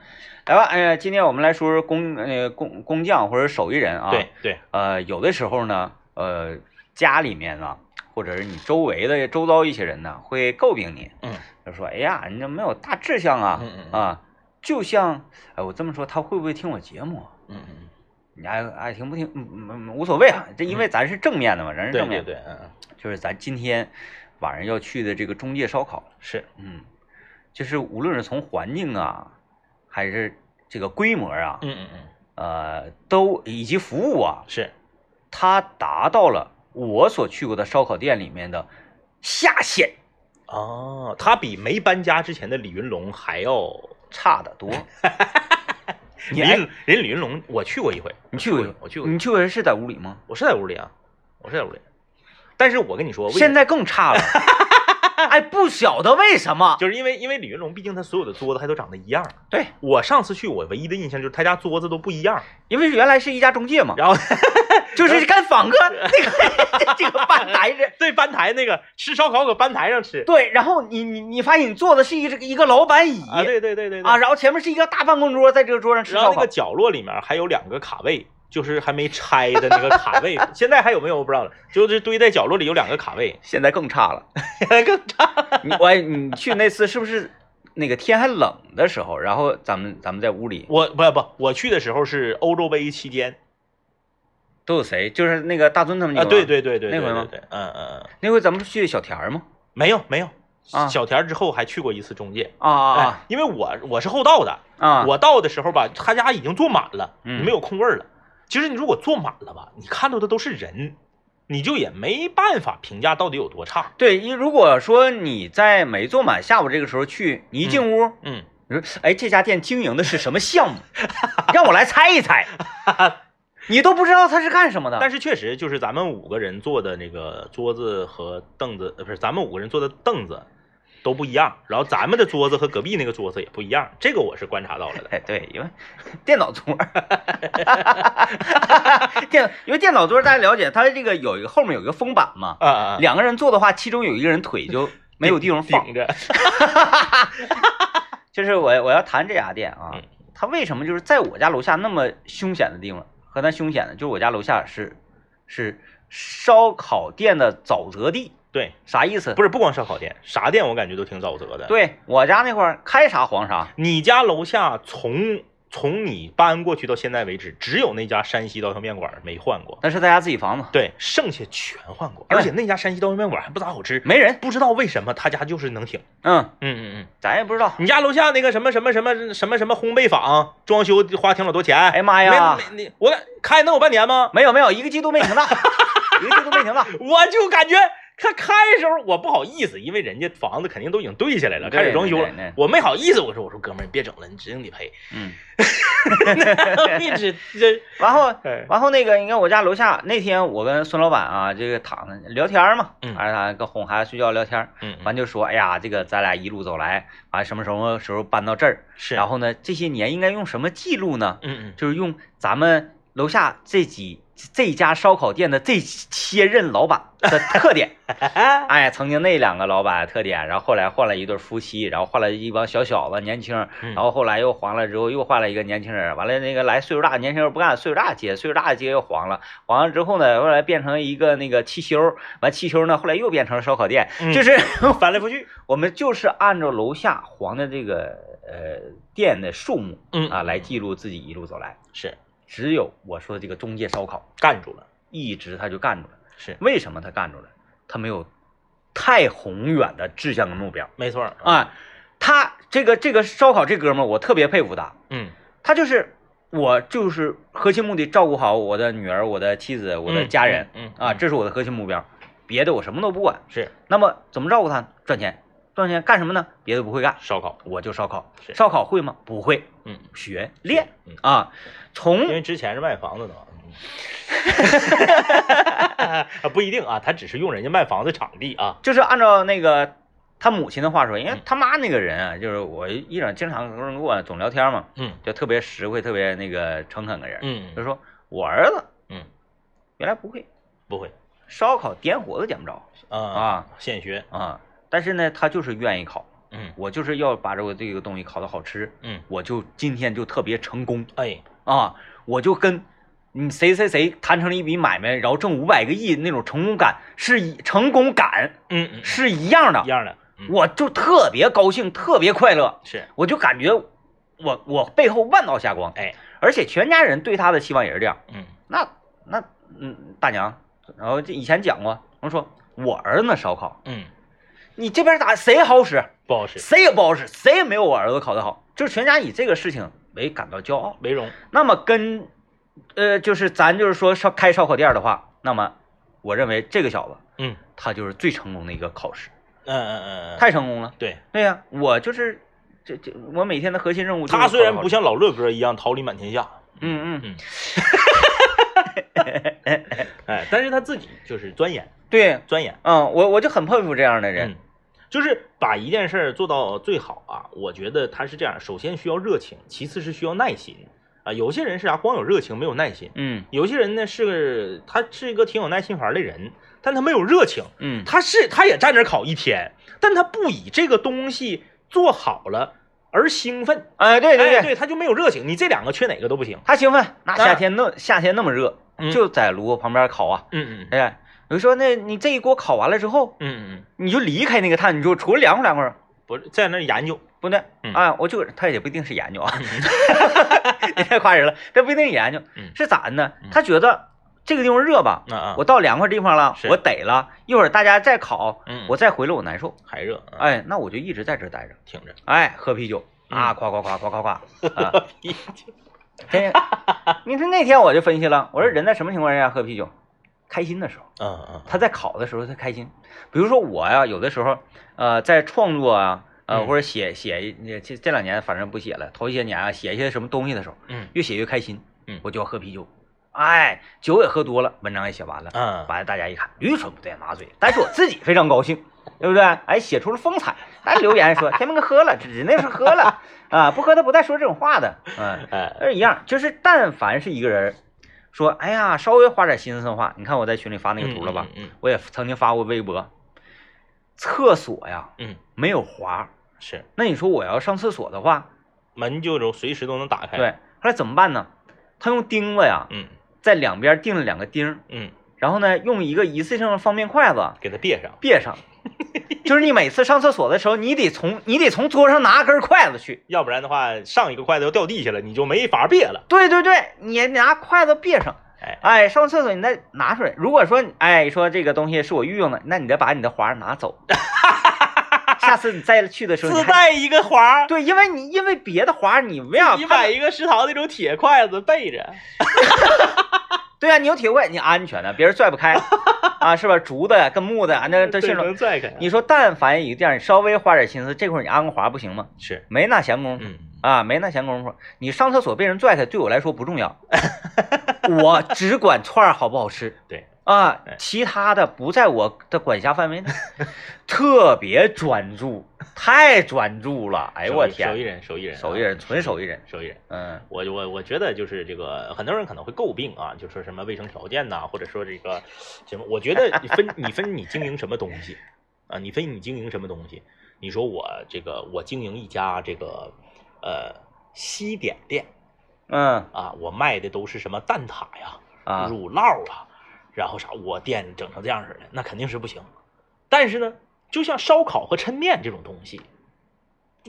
S1: 来吧，哎、呀，今天我们来说说工呃工工匠或者手艺人啊。
S2: 对，对，
S1: 呃，有的时候呢，呃，家里面呢，或者是你周围的周遭一些人呢，会诟病你，
S2: 嗯
S1: 就说：“哎呀，你这没有大志向啊
S2: 嗯嗯嗯
S1: 啊！”就像，哎，我这么说，他会不会听我节目？啊
S2: 嗯嗯
S1: 你爱爱听不听，嗯嗯嗯无所谓啊。这因为咱是正面的嘛，咱
S2: 嗯，
S1: 是
S2: 对
S1: 正
S2: 对
S1: 面，
S2: 对，嗯嗯，
S1: 就是咱今天晚上要去的这个中介烧烤，
S2: 是，
S1: 嗯，就是无论是从环境啊，还是这个规模啊，
S2: 嗯嗯嗯，
S1: 呃，都以及服务啊，
S2: 是，
S1: 它达到了我所去过的烧烤店里面的下限
S2: 哦，他比没搬家之前的李云龙还要
S1: 差得
S2: *laughs*
S1: 多。
S2: 李
S1: 你哎
S2: 云人李云龙，我去过一回，
S1: 你去过一回
S2: 我去过一回，
S1: 你去过是在屋里吗？
S2: 我是在屋里啊，我是在屋里，但是我跟你说，为
S1: 现在更差
S2: *laughs*
S1: 了。哎，不晓得为什么。
S2: 就是因为因为李云龙，毕竟他所有的桌子还都长得一样。
S1: 对，
S2: 我上次去，我唯一的印象就是他家桌子都不一样，
S1: 因为原来是一家中介嘛， *laughs*
S2: 然后 *laughs*
S1: 就是跟访客那个这个办台子。
S2: 对搬台那个吃烧烤搁搬台上吃
S1: 对，然后你你你发现你坐的是一个一个老板椅
S2: 啊，对对对对对
S1: 啊，然后前面是一个大办公桌，在这个桌上吃
S2: 然后
S1: 烧
S2: 那
S1: 烤
S2: 个。角落里面还有两个卡位，就是还没拆的那个
S1: *laughs*
S2: 卡位，现在还有没有我不知道了，就是堆在角落里有两个卡位，
S1: 现在更差了。
S2: *laughs* 更差。
S1: 你我你去那次是不是那个天还冷的时候，然后咱们咱们在屋里
S2: 我不不，我去的时候是欧洲杯期间
S1: 都有谁？就是那个大尊他们几
S2: 啊，
S1: 个吗
S2: 对对对对对
S1: 那回
S2: 对
S1: 吗
S2: 对，嗯嗯嗯，
S1: 那回咱们不是去小田儿吗？
S2: 没有没有，
S1: 啊
S2: 小田儿之后还去过一次中介。
S1: 啊
S2: 哎
S1: 啊，
S2: 因为我我是后到的，
S1: 啊！
S2: 哎我到的时候吧，他家已经坐满了，
S1: 嗯
S2: 没有空位儿了。其实你如果坐满了吧，你看到的都是人，你就也没办法评价到底有多差。
S1: 对，因为如果说你在没坐满下午这个时候去，你一进屋，
S2: 嗯，
S1: 你说哎这家店经营的是什么项目？ *laughs* 让我来猜一猜，你都不知道他是干什么的。
S2: 但是确实就是咱们五个人坐的那个桌子和凳子，呃，不是咱们五个人坐的凳子都不一样，然后咱们的桌子和隔壁那个桌子也不一样，这个我是观察到
S1: *laughs*
S2: 了的。
S1: 哎，对，因为电脑桌儿，电，因为电脑桌儿大家了解，它这个有一个后面有一个封板嘛，
S2: 啊啊，啊
S1: 两个人坐的话，其中有一个人腿
S2: *laughs*
S1: 就没有地方放。
S2: 顶着，
S1: 就是我我要谈这家店啊
S2: 嗯，
S1: 它为什么就是在我家楼下那么凶险的地方？河南凶险的，就是我家楼下是是烧烤店的沼泽地，
S2: 对，
S1: 啥意思？
S2: 不是不光烧烤店，啥店我感觉都挺沼泽的。，
S1: 对我家那块儿开啥黄啥，
S2: 你家楼下从从你搬过去到现在为止，只有那家山西刀削面馆没换过，
S1: 那是他家自己房子，
S2: 对，剩下全换过，
S1: 对
S2: 而且那家山西刀削面馆还不咋好吃，
S1: 哎没人。
S2: 不知道为什么他家就是能挺。
S1: 嗯，
S2: 嗯嗯嗯，
S1: 咱也不知道。
S2: 你家楼下那个什么什么什么什么什么烘焙坊装修花挺老多钱，
S1: 哎呀妈呀，
S2: 没，没你我感开能有半年吗？
S1: 没有没有，一个季度没停到， *laughs* 一个季度没停到。
S2: 我就感觉他开的时候我不好意思，因为人家房子肯定都已经对下来了，
S1: 对
S2: 开始装修了
S1: 对对，
S2: 我没好意思，我说我说哥们儿你别整了，你指定得赔，
S1: 嗯， *laughs*
S2: *laughs* 一直这
S1: 然后
S2: 哎
S1: 然后那个，你看我家楼下那天，我跟孙老板啊，这个躺着聊天儿嘛，
S2: 嗯
S1: 完了跟哄孩子睡觉聊天儿，
S2: 嗯
S1: 完就说，哎呀，这个咱俩一路走来，完什么什么时候搬到这儿，
S2: 是，
S1: 然后呢，这些年应该用什么记录呢？
S2: 嗯 *laughs*
S1: 就是用咱们楼下这几这家烧烤店的这些任老板的特点，
S2: 嗯，
S1: 哎，曾经那两个老板的特点，然后后来换了一对夫妻，然后换了一帮小小子年轻，
S2: 嗯
S1: 然后后来又黄了之后又换了一个年轻人，完了那个来岁数大的年轻人不干，岁数大的接，岁数大的接又黄了，黄了之后呢，后来变成一个那个汽修，完汽修呢，后来又变成烧烤店，
S2: 嗯
S1: 就是 *laughs*
S2: 翻来覆去，
S1: 我们就是按照楼下黄的这个呃店的数目
S2: 嗯
S1: 啊来记录自己一路走来，
S2: 是
S1: 只有我说的这个中介烧烤
S2: 干住了，
S1: 一直他就干住了，
S2: 是
S1: 为什么他干住了？他没有太宏远的志向跟目标。
S2: 没错儿，
S1: 啊，他这个这个烧烤这哥们儿，我特别佩服他，
S2: 嗯
S1: 他就是我就是核心目的照顾好我的女儿、我的妻子、我的家人、
S2: 嗯
S1: 啊，这是我的核心目标，别的我什么都不管。
S2: 是
S1: 那么怎么照顾他？赚钱，赚钱干什么呢？别的不会干，
S2: 烧烤，
S1: 我就烧烤。
S2: 是
S1: 烧烤会吗？不会，
S2: 嗯
S1: 学练
S2: 嗯
S1: 啊，
S2: 因
S1: 从
S2: 为之前是卖房子的嘛。嗯 *laughs* 啊，不一定啊，他只是用人家卖房子场地啊。
S1: 就是按照那个。他母亲的话说，因为
S2: 嗯
S1: 他妈那个人啊，就是我一整经常有人跟我总聊天嘛，
S2: 嗯
S1: 就特别实惠、特别那个诚恳个人。
S2: 嗯
S1: 就说我儿子，
S2: 嗯，
S1: 原来不会，
S2: 不会，
S1: 烧烤点火都点不着
S2: 啊，
S1: 啊
S2: 现学，
S1: 啊！但是呢，他就是愿意烤，
S2: 嗯
S1: 我就是要把这个这个东西烤的好吃，
S2: 嗯，
S1: 我就今天就特别成功
S2: 哎，
S1: 啊！我就跟你谁谁谁谈成了一笔买卖，然后挣五百个亿那种成功感是一成功感
S2: 嗯嗯，
S1: 是一样的
S2: 一，样的，嗯
S1: 我就特别高兴，特别快乐，
S2: 是，
S1: 我就感觉我我背后万道霞光，
S2: 哎，
S1: 而且全家人对他的期望也是这样。
S2: 嗯
S1: 那那嗯，大娘，然后这以前讲过，我说我儿子那烧烤，
S2: 嗯，
S1: 你这边打谁好使，
S2: 不好使，
S1: 谁也不好使，谁也没有我儿子烤的好，就是全家以这个事情为感到骄傲。
S2: 为荣，
S1: 那么跟呃，就是咱就是说烧开烧烤店的话，那么我认为这个小子
S2: 嗯
S1: 他就是最成功的一个考试，
S2: 嗯嗯嗯嗯，
S1: 太成功了。
S2: 对
S1: 对呀、我就是这这我每天的核心任务就是
S2: 他虽然
S1: 烤
S2: 不像老乐哥一样桃李满天下，
S1: 嗯嗯
S2: 嗯，哎，但是他自己就是钻研
S1: 对，
S2: 钻研，
S1: 嗯，我我就很佩服这样的人，
S2: 嗯，就是把一件事儿做到最好啊，我觉得他是这样，首先需要热情，其次是需要耐心啊。有些人是啥，光有热情没有耐心，
S1: 嗯
S2: 有些人呢是个他是一个挺有耐心玩的人，但他没有热情，
S1: 嗯
S2: 他是他也站那儿烤一天，但他不以这个东西做好了而兴奋，
S1: 哎，对对对，
S2: 哎，对，他就没有热情，你这两个缺哪个都不行。
S1: 他兴奋，那
S2: 啊
S1: 夏天那夏天那么热，
S2: 嗯
S1: 就在炉旁边烤啊。
S2: 嗯嗯
S1: 哎，有说那你这一锅烤完了之后，
S2: 嗯嗯，
S1: 你就离开那个炭，你就出来凉快凉快儿。
S2: 不是在那儿研究，
S1: 不对，
S2: 嗯
S1: 啊，我就他也不一定是研究啊， *laughs* 你太夸人了，这不一定是研究，
S2: 嗯
S1: 是咋的呢
S2: 嗯？
S1: 他觉得这个地方热吧，
S2: 啊啊，
S1: 我到凉快地方了
S2: 是，
S1: 我逮了，一会儿大家再烤，
S2: 嗯
S1: 我再回来我难受，
S2: 还热，啊
S1: 哎，那我就一直在这儿待着，
S2: 挺着，
S1: 哎，喝啤酒啊，
S2: 嗯
S1: 夸夸夸夸夸夸，
S2: *laughs*
S1: 啊，真，你说那天我就分析了，我说人在什么情况下喝啤酒？开心的时候，
S2: 嗯嗯
S1: 他在烤的时候他开心。比如说我呀、有的时候，呃，在创作啊，呃，
S2: 嗯
S1: 或者写写一这这两年反正不写了，头些年啊，写一些什么东西的时候，
S2: 嗯
S1: 越写越开心，
S2: 嗯
S1: 我就要喝啤酒，哎，酒也喝多了，文章也写完了，
S2: 嗯，
S1: 完了大家一看，驴唇不对马嘴，但是我自己非常高兴，对不对？哎，写出了风采。大家留言说，天明哥喝了，指那是喝了啊，不喝他不带说这种话的，嗯。
S2: 哎，
S1: 那一样，就是但凡是一个人说，哎呀，稍微花点心思的话，你看我在群里发那个图了吧？
S2: 嗯
S1: 我也曾经发过微博，厕所呀
S2: 嗯，
S1: 没有滑，
S2: 是
S1: 那你说我要上厕所的话，
S2: 门就都随时都能打开，，
S1: 对，后来怎么办呢？他用钉子呀，
S2: 嗯
S1: 在两边钉了两个钉儿，
S2: 嗯，
S1: 然后呢，用一个一次性的方便筷子
S2: 给他别上，
S1: 别上，就是你每次上厕所的时候，你得从你得从桌上拿根筷子去。
S2: 要不然的话，上一个筷子要掉地下了，你就没法别了，
S1: 对对对，你拿筷子别上，
S2: 哎
S1: 哎，上厕所你再拿出来。如果说哎说这个东西是我御用的，那你再把你的花儿拿
S2: *laughs*
S1: 走。下次你再去的时候，你
S2: 自
S1: 还
S2: 带一个环儿，
S1: 对，因为你因为别的花儿你没法
S2: 你
S1: 判
S2: 买一个食堂那种铁筷子备着，
S1: 对啊，你有铁棍，你安全的，别人拽不开
S2: *laughs*
S1: 啊，是吧？竹的跟木的，啊那都
S2: 对
S1: 信了。
S2: 能拽开，
S1: 你说，但凡一个店，你稍微花点心思，这块儿你安个滑不行吗？
S2: 是，
S1: 没那闲工夫
S2: 嗯
S1: 啊，没那闲工夫。你上厕所被人拽开，对我来说不重要，我只管串儿好不好吃。
S2: 对，
S1: 啊
S2: 哎，
S1: 其他的不在我的管辖范围内，特别专注，太专注了，哎呦我
S2: 手艺
S1: 天，
S2: 人，手艺人，啊
S1: 手艺人，纯手艺人，
S2: 手艺人。
S1: 嗯
S2: 我我我觉得就是这个，很多人可能会诟病啊，就说什么卫生条件呐、或者说这个什么，我觉得你分你分你经营什么东西啊，你分你经营什么东西。你说我这个我经营一家这个呃西点店
S1: 嗯
S2: 啊，我卖的都是什么蛋挞呀、
S1: 啊，
S2: 乳酪啊，然后啥，我店整成这样式的，那肯定是不行。但是呢，就像烧烤和抻面这种东西，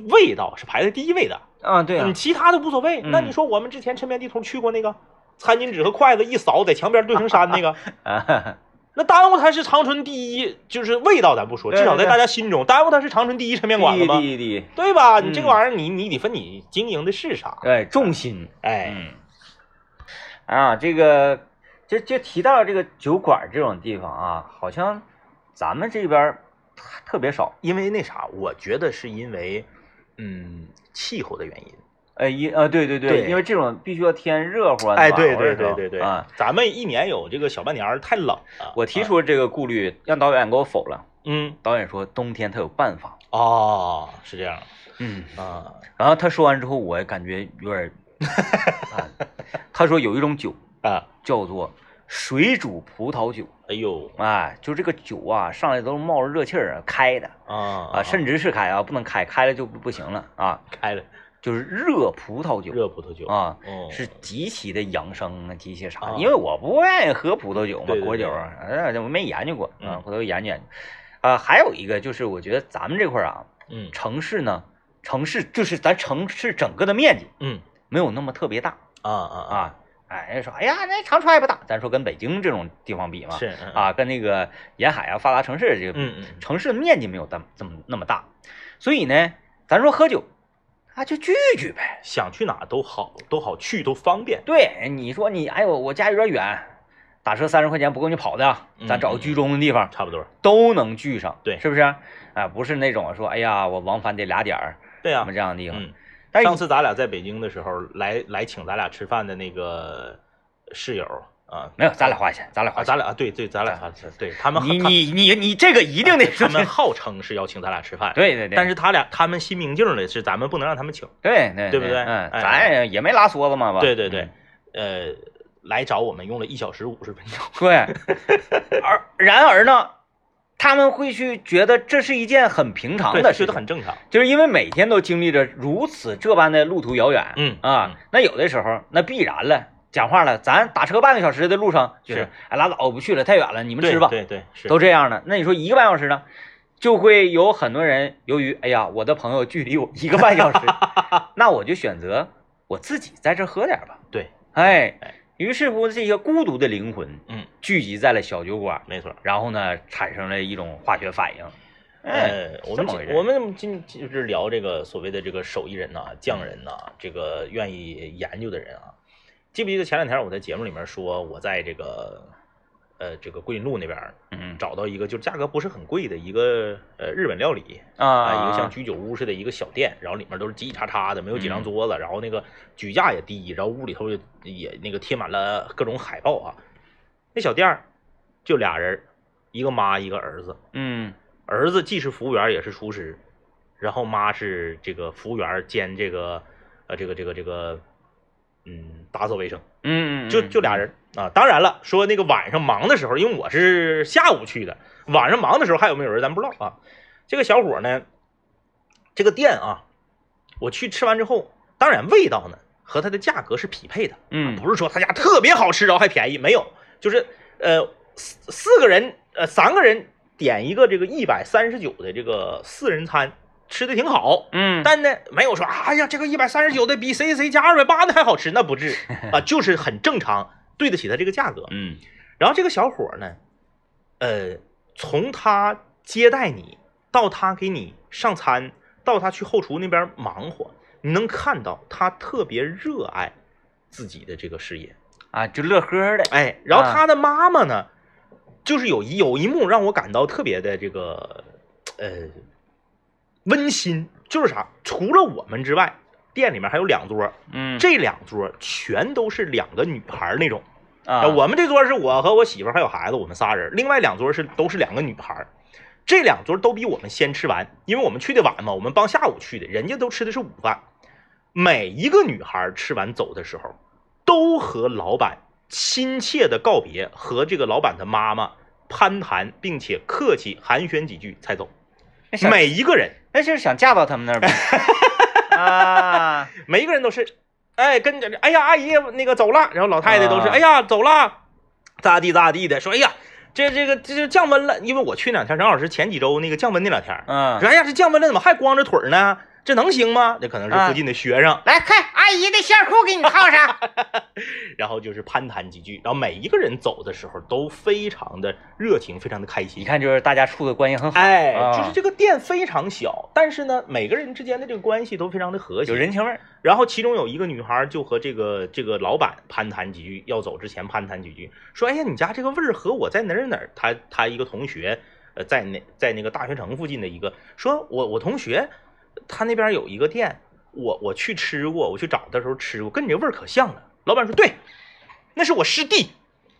S2: 味道是排在第一位的。
S1: 啊对啊
S2: 你，其他的无所谓。
S1: 嗯
S2: 那你说我们之前抻面地头去过那个，餐巾纸和筷子一扫，在墙边堆成山
S1: *laughs*
S2: 那个，
S1: 啊哈
S2: *laughs*
S1: 哈
S2: 那耽误它是长春第一，就是味道咱不说，
S1: 对
S2: 至少
S1: 对
S2: 在
S1: 对
S2: 大家心中，耽误它是长春第一抻面馆了
S1: 滴
S2: 吗？
S1: 滴滴，
S2: 对吧？
S1: 嗯
S2: 你这个玩意儿，你你得分你经营的是啥，
S1: 哎，重心，
S2: 哎，
S1: 嗯，啊，这个就就提到这个酒馆这种地方啊，好像咱们这边儿特别少，
S2: 因为那啥，我觉得是因为，嗯，气候的原因。
S1: 哎一啊对对
S2: 对
S1: 因为这种必须要天热乎啊，
S2: 哎，
S1: 暖
S2: 对
S1: 和
S2: 对
S1: 的时
S2: 对
S1: 候
S2: 对对，
S1: 啊。
S2: 咱们一年有这个小半年儿太冷了。
S1: 我提，出这个顾虑，让导演给我否了。
S2: 嗯，
S1: 导演说冬天他有办法。
S2: 哦，是这样
S1: 嗯，
S2: 啊，
S1: 然后他说完之后，
S2: *laughs*
S1: 我感觉有点儿，啊他说有一种酒
S2: 啊，
S1: 叫做水煮葡萄酒
S2: 哎呦
S1: 啊，就这个酒啊，上来都冒着热气儿啊开的
S2: 啊
S1: 啊，甚至是开啊，不能开，开了就不不行了啊，
S2: 开了
S1: 就是热葡萄酒
S2: 热葡萄酒，
S1: 啊，
S2: 哦，
S1: 是极其的养生啊，极其啥
S2: 啊？
S1: 因为我不愿意喝葡萄酒嘛
S2: 对对，
S1: 果
S2: 对
S1: 酒啊，哎，我没研究过啊
S2: 嗯，
S1: 回头研究研究。啊，还有一个就是，我觉得咱们这块儿啊，
S2: 嗯
S1: 城市呢，城市就是咱城市整个的面积
S2: 嗯
S1: 没有那么特别大
S2: 啊啊
S1: 啊。哎，人家说，哎呀，那长春也不大，咱说跟北京这种地方比嘛
S2: 啊，，是嗯
S1: 啊，跟那个沿海啊发达城市这个比，
S2: 嗯嗯
S1: 城市的面积没有那么这么那么大，所以呢，咱说喝酒，啊，就聚聚呗。
S2: 想去哪都好，都好去，都方便。
S1: 对，你说你，哎呦，我家有点远，打车三十块钱不够你跑的啊，咱找个居中的地方、
S2: 差不多。
S1: 都能聚上，
S2: 嗯对
S1: 是不是？啊，不是那种说，哎呀，我往返得俩点儿
S2: 对呀、
S1: 什么这样的地方。
S2: 嗯，
S1: 但
S2: 上
S1: 是
S2: 次咱俩在北京的时候，来来请咱俩吃饭的那个室友啊，
S1: 没有，咱俩花钱，咱俩
S2: 啊，
S1: 花钱。
S2: 咱俩啊，对对，啊咱俩对他们
S1: 你
S2: 他
S1: 你你你这个一定得
S2: 他们号称是要请咱俩吃饭，，
S1: *laughs* 对对对，
S2: 但是他俩他们心明镜的是咱们不能让他们请，
S1: 对对
S2: 对不对
S1: 嗯，
S2: 哎
S1: 咱也没拉梭子嘛吧？
S2: 对对对
S1: 嗯，
S2: 呃，来找我们用了一小时五十分钟，
S1: 对。而然而呢，他们会去觉得这是一件很平常
S2: 对，
S1: 的
S2: 觉
S1: 事
S2: 得
S1: 情，
S2: 很正常，
S1: 就是因为每天都经历着如此这般的路途遥远，
S2: 嗯
S1: 啊，那有的时候那必然了，讲话了，咱打车半个小时的路上就是
S2: 是，
S1: 哎，拉倒，我不去了，太远了，你们
S2: 对
S1: 吃吧，
S2: 对对是，
S1: 都这样的。那你说一个半小时呢，就会有很多人由于，哎呀，我的朋友距离我一个半
S2: *laughs*
S1: 小时，那我就选择我自己在这喝点吧，
S2: 对，
S1: 哎
S2: 哎，
S1: 于是乎这些孤独的灵魂
S2: 嗯，
S1: 聚集在了小酒馆，
S2: 没错。
S1: 然后呢，产生了一种化学反应，哎，
S2: 呃，我
S1: 这
S2: 们
S1: 么
S2: 今
S1: 回事
S2: 我们今就是聊这个所谓的这个手艺人呐、匠人呐、这个愿意研究的人啊。记不记得前两天我在节目里面说，我在这个呃这个桂林路那边儿
S1: 嗯
S2: 找到一个就价格不是很贵的一个呃日本料理啊、
S1: 啊，
S2: 一个像居酒屋似的一个小店，然后里面都是叽叽喳喳的，没
S1: 嗯
S2: 有几张桌子，然后那个举架也低，然后屋里头也也那个贴满了各种海报啊。那小店儿就俩人儿，一个妈一个儿子。
S1: 嗯。
S2: 儿子既是服务员也是厨师，然后妈是这个服务员兼这个呃这个这个这个嗯打扫卫生，
S1: 嗯，
S2: 就就俩人啊。当然了，说那个晚上忙的时候，因为我是下午去的，晚上忙的时候还有没有人咱不知道啊。这个小伙呢，这个店啊，我去吃完之后，当然味道呢和它的价格是匹配的，
S1: 嗯，
S2: 不是说他家特别好吃，然后还便宜，没有，就是呃四四个人呃三个人点一个这个一百三十九的这个四人餐，吃的挺好，
S1: 嗯，
S2: 但呢没有说哎呀这个一百三十九的比谁谁家二百八的还好吃，那不至于啊，就是很正常，对得起他这个价格。
S1: 嗯
S2: 然后这个小伙儿呢，呃，从他接待你到他给你上餐，到他去后厨那边忙活，你能看到他特别热爱自己的这个事业。
S1: 啊，就乐呵的，
S2: 哎，然后
S1: 啊
S2: 他的妈妈呢，就是有一有一幕让我感到特别的这个呃温馨，就是啥，除了我们之外，店里面还有两桌，
S1: 嗯，
S2: 这两桌全都是两个女孩儿那种。
S1: 啊，
S2: 呃，我们这桌是我和我媳妇儿还有孩子，我们仨人，另外两桌是都是两个女孩儿，这两桌都比我们先吃完，因为我们去的晚嘛，我们帮下午去的，人家都吃的是午饭。每一个女孩儿吃完走的时候，都和老板亲切的告别，和这个老板的妈妈攀谈，并且客气寒暄几句才走。
S1: 那想
S2: 每一个人，
S1: 那就是想嫁到他们那儿 *laughs* 呗， *laughs* 啊，
S2: 每一个人都是，哎，跟着，哎呀，阿姨那个走了，然后老太太都是，
S1: 啊
S2: 哎呀，走了，咋地咋地的，说，哎呀，这这个这就降温了，因为我去那两天正好是前几周那个降温那两天，
S1: 嗯，
S2: 说，哎呀，这降温了怎么还光着腿儿呢？这能行吗？这可能
S1: 啊
S2: 是附近的学生，
S1: 来看阿姨的线裤给你套上，
S2: 然后就是攀谈几句，然后每一个人走的时候都非常的热情，非常的开
S1: *laughs* 你
S2: 心。
S1: 看就是大家处的关系很好，
S2: 哎，
S1: 啊
S2: 就是这个店非常小，但是呢，每个人之间的这个关系都非常的和谐，
S1: 有人情味儿，
S2: 然后其中有一个女孩就和这个这个老板攀谈几句，要走之前攀谈几句，说：“哎呀，你家这个味儿和我在哪儿哪儿，她她一个同学，呃，在那在那个大学城附近的一个，说我我同学，他那边有一个店，我我去吃过，我去找的时候吃过，跟你这味儿可像了。”老板说：“对，那是我师弟，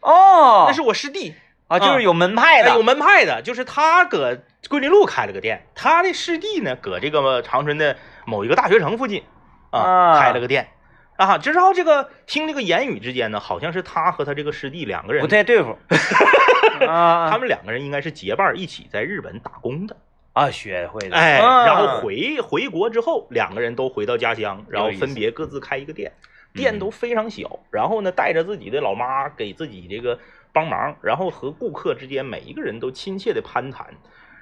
S1: 哦，
S2: 那是我师弟，
S1: 啊，就是有门派
S2: 哎有
S1: 的，
S2: 门派的，就是他搁桂林路开了个店，他的师弟呢搁这个长春的某一个大学城附近
S1: 啊
S2: 开了个店。啊，就然后这个听这个言语之间呢，好像是他和他这个师弟两个人
S1: 不，太对付。 *laughs* 啊，
S2: 他们两个人应该是结伴儿一起在日本打工的。
S1: 啊学会的，
S2: 哎，
S1: 啊
S2: 然后回回国之后，两个人都回到家乡，然后分别各自开一个店，
S1: 嗯
S2: 店都非常小，然后呢，带着自己的老妈给自己这个帮忙，然后和顾客之间每一个人都亲切的攀谈。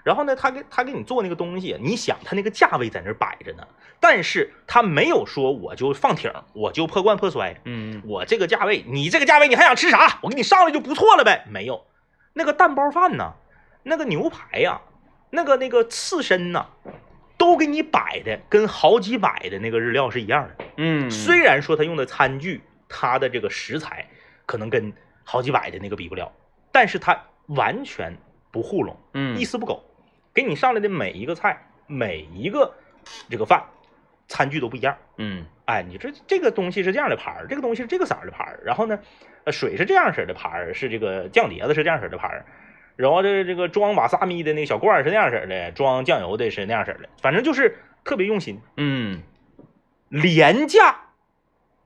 S2: 然后呢，他给他给你做那个东西，你想他那个价位在那儿摆着呢，但是他没有说我就放挺，我就破罐破摔，
S1: 嗯，
S2: 我这个价位，你这个价位，你还想吃啥？我给你上来就不错了呗。没有，那个蛋包饭呐，那个牛排呀、那个那个刺身呐、都给你摆的跟好几百的那个日料是一样的。
S1: 嗯，
S2: 虽然说他用的餐具，他的这个食材可能跟好几百的那个比不了，但是他完全不糊弄，
S1: 嗯
S2: 一丝不苟，给你上来的每一个菜，每一个这个饭，餐具都不一样。
S1: 嗯
S2: 哎，你这这个东西是这样的盘儿，这个东西是这个色儿的盘儿，然后呢，呃，水是这样式儿的盘儿，是这个酱碟子是这样式儿的盘儿，然后这这个装瓦萨米的那个小罐儿是那样式儿的，装酱油的是那样式儿的，反正就是特别用心，
S1: 嗯
S2: 廉价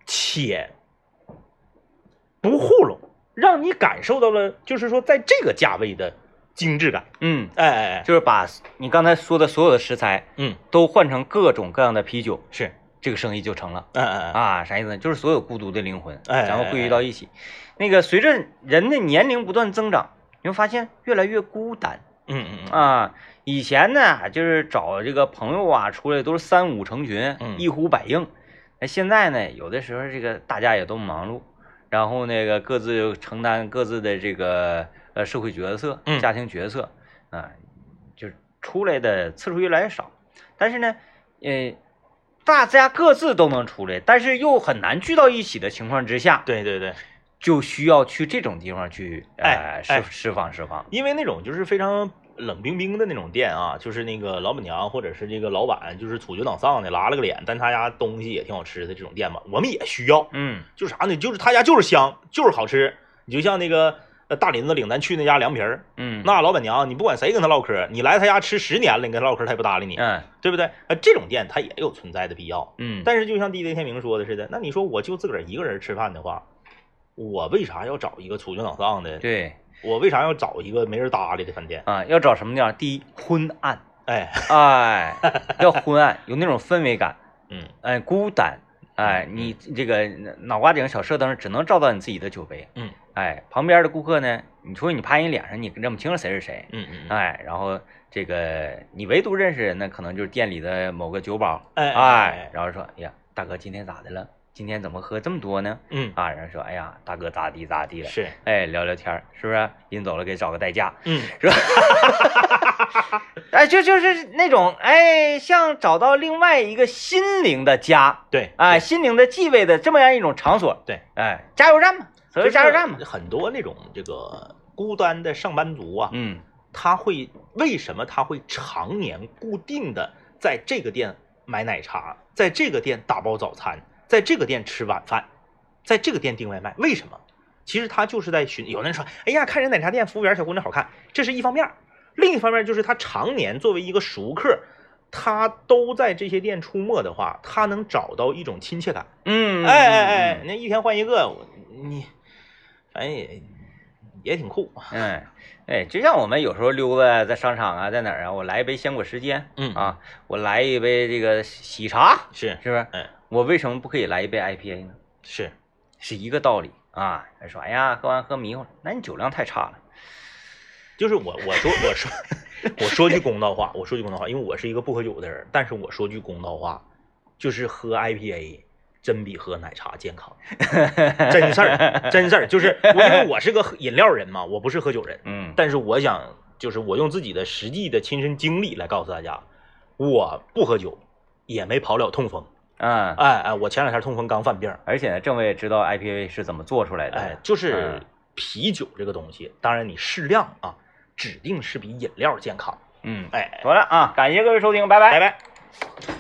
S2: 且不糊弄，让你感受到了就是说在这个价位的精致感。
S1: 嗯，
S2: 哎哎哎，
S1: 就是把你刚才说的所有的食材
S2: 嗯，
S1: 都换成各种各样的啤酒，
S2: 是，
S1: 这个生意就成了。
S2: 哎哎哎，
S1: 啊，啥意思呢？就是所有孤独的灵魂，
S2: 哎
S1: 然后汇聚到一起。那个随着人的年龄不断增长，你会发现越来越孤单
S2: 嗯嗯嗯，
S1: 啊。以前呢，就是找这个朋友啊，出来都是三五成群，
S2: 嗯
S1: 一呼百应。那现在呢，有的时候这个大家也都忙碌，然后那个各自承担各自的这个呃社会角色、
S2: 嗯
S1: 家庭角色啊，就是出来的次数越来越少。但是呢，呃，大家各自都能出来，但是又很难聚到一起的情况之下，
S2: 对对对。
S1: 就需要去这种地方去
S2: 哎
S1: 呃
S2: 哎
S1: 释释放释放。
S2: 因为那种就是非常冷冰冰的那种店啊，就是那个老板娘或者是这个老板就是处决党丧的，拉了个脸，但他家东西也挺好吃的这种店嘛，我们也需要。
S1: 嗯
S2: 就是啥呢？就是他家就是香，就是好吃。你就像那个呃大林子领咱去那家凉皮儿，
S1: 嗯，
S2: 那老板娘你不管谁跟他唠嗑，你来他家吃十年了，你跟他唠嗑他也不搭理你，
S1: 嗯
S2: 对不对？呃，这种店它也有存在的必要。
S1: 嗯，
S2: 但是就像 DJ 天明说的似的，那你说我就自个儿一个人吃饭的话，我为啥要找一个处决党丧的？
S1: 对
S2: 我为啥要找一个没人搭理的饭店？
S1: 啊，要找什么地方？第一，昏
S2: *laughs*
S1: 暗，
S2: 哎，
S1: 哎，要昏暗，有那种氛围感，
S2: 嗯，
S1: 哎，孤单，哎，你这个脑瓜顶小射灯只能照到你自己的酒杯，
S2: 嗯，
S1: 哎，旁边的顾客呢，你说你拍人脸上，你认不清谁是谁，
S2: 嗯嗯，
S1: 哎，然后这个你唯独认识人呢，可能就是店里的某个酒保，
S2: 哎
S1: 哎，，然后说，哎呀，大哥今天咋的了？今天怎么喝这么多呢？
S2: 嗯，
S1: 啊，然后说，哎呀，大哥咋地咋地了，
S2: 是，
S1: 哎，聊聊天儿是不是？临走了给找个代驾，
S2: 嗯，
S1: 哎，就就是那种哎，像找到另外一个心灵的家，
S2: 对，
S1: 哎，心灵的继位的这么样一种场所，
S2: 对，
S1: 哎，加油站嘛，所谓加油站嘛，
S2: 很多那种这个孤单的上班族啊，
S1: 嗯
S2: 他会为什么他会常年固定的在这个店买奶茶，在这个店打包早餐，在这个店吃晚饭，在这个店订外卖？为什么？其实他就是在寻。有的人说，哎呀，看人奶茶店服务员小姑娘好看，这是一方面儿；另一方面就是他常年作为一个熟客，他都在这些店出没的话，他能找到一种亲切感。
S1: 嗯，
S2: 哎哎哎，
S1: 嗯，
S2: 那一天换一个，我你反正也也挺酷。
S1: 嗯，哎，就像我们有时候溜达在商场啊，在哪儿啊，我来一杯鲜果时间
S2: 嗯，
S1: 啊，我来一杯这个喜茶，
S2: 是
S1: 是不是？
S2: 嗯，
S1: 我为什么不可以来一杯 IPA 呢？
S2: 是，
S1: 是一个道理啊。说哎呀，喝完喝迷糊了，那你酒量太差了。
S2: 就是我我说我说我说句公道话，我说句公道话，因为我是一个不喝酒的人，但是我说句公道话，就是喝 IPA 真比喝奶茶健康，真事儿真事儿，就是我因为我是个喝饮料人嘛，我不是喝酒人，
S1: 嗯，
S2: 但是我想就是我用自己的实际的亲身经历来告诉大家，我不喝酒也没跑了痛风，
S1: 啊，
S2: 哎哎，我前两天痛风刚犯病。
S1: 而且呢，政委也知道 IPA 是怎么做出来的。
S2: 哎，就是
S1: 嗯
S2: 啤酒这个东西，当然你适量啊，指定是比饮料健康。
S1: 嗯，
S2: 哎，
S1: 好了啊，感谢各位收听，拜拜。
S2: 拜拜。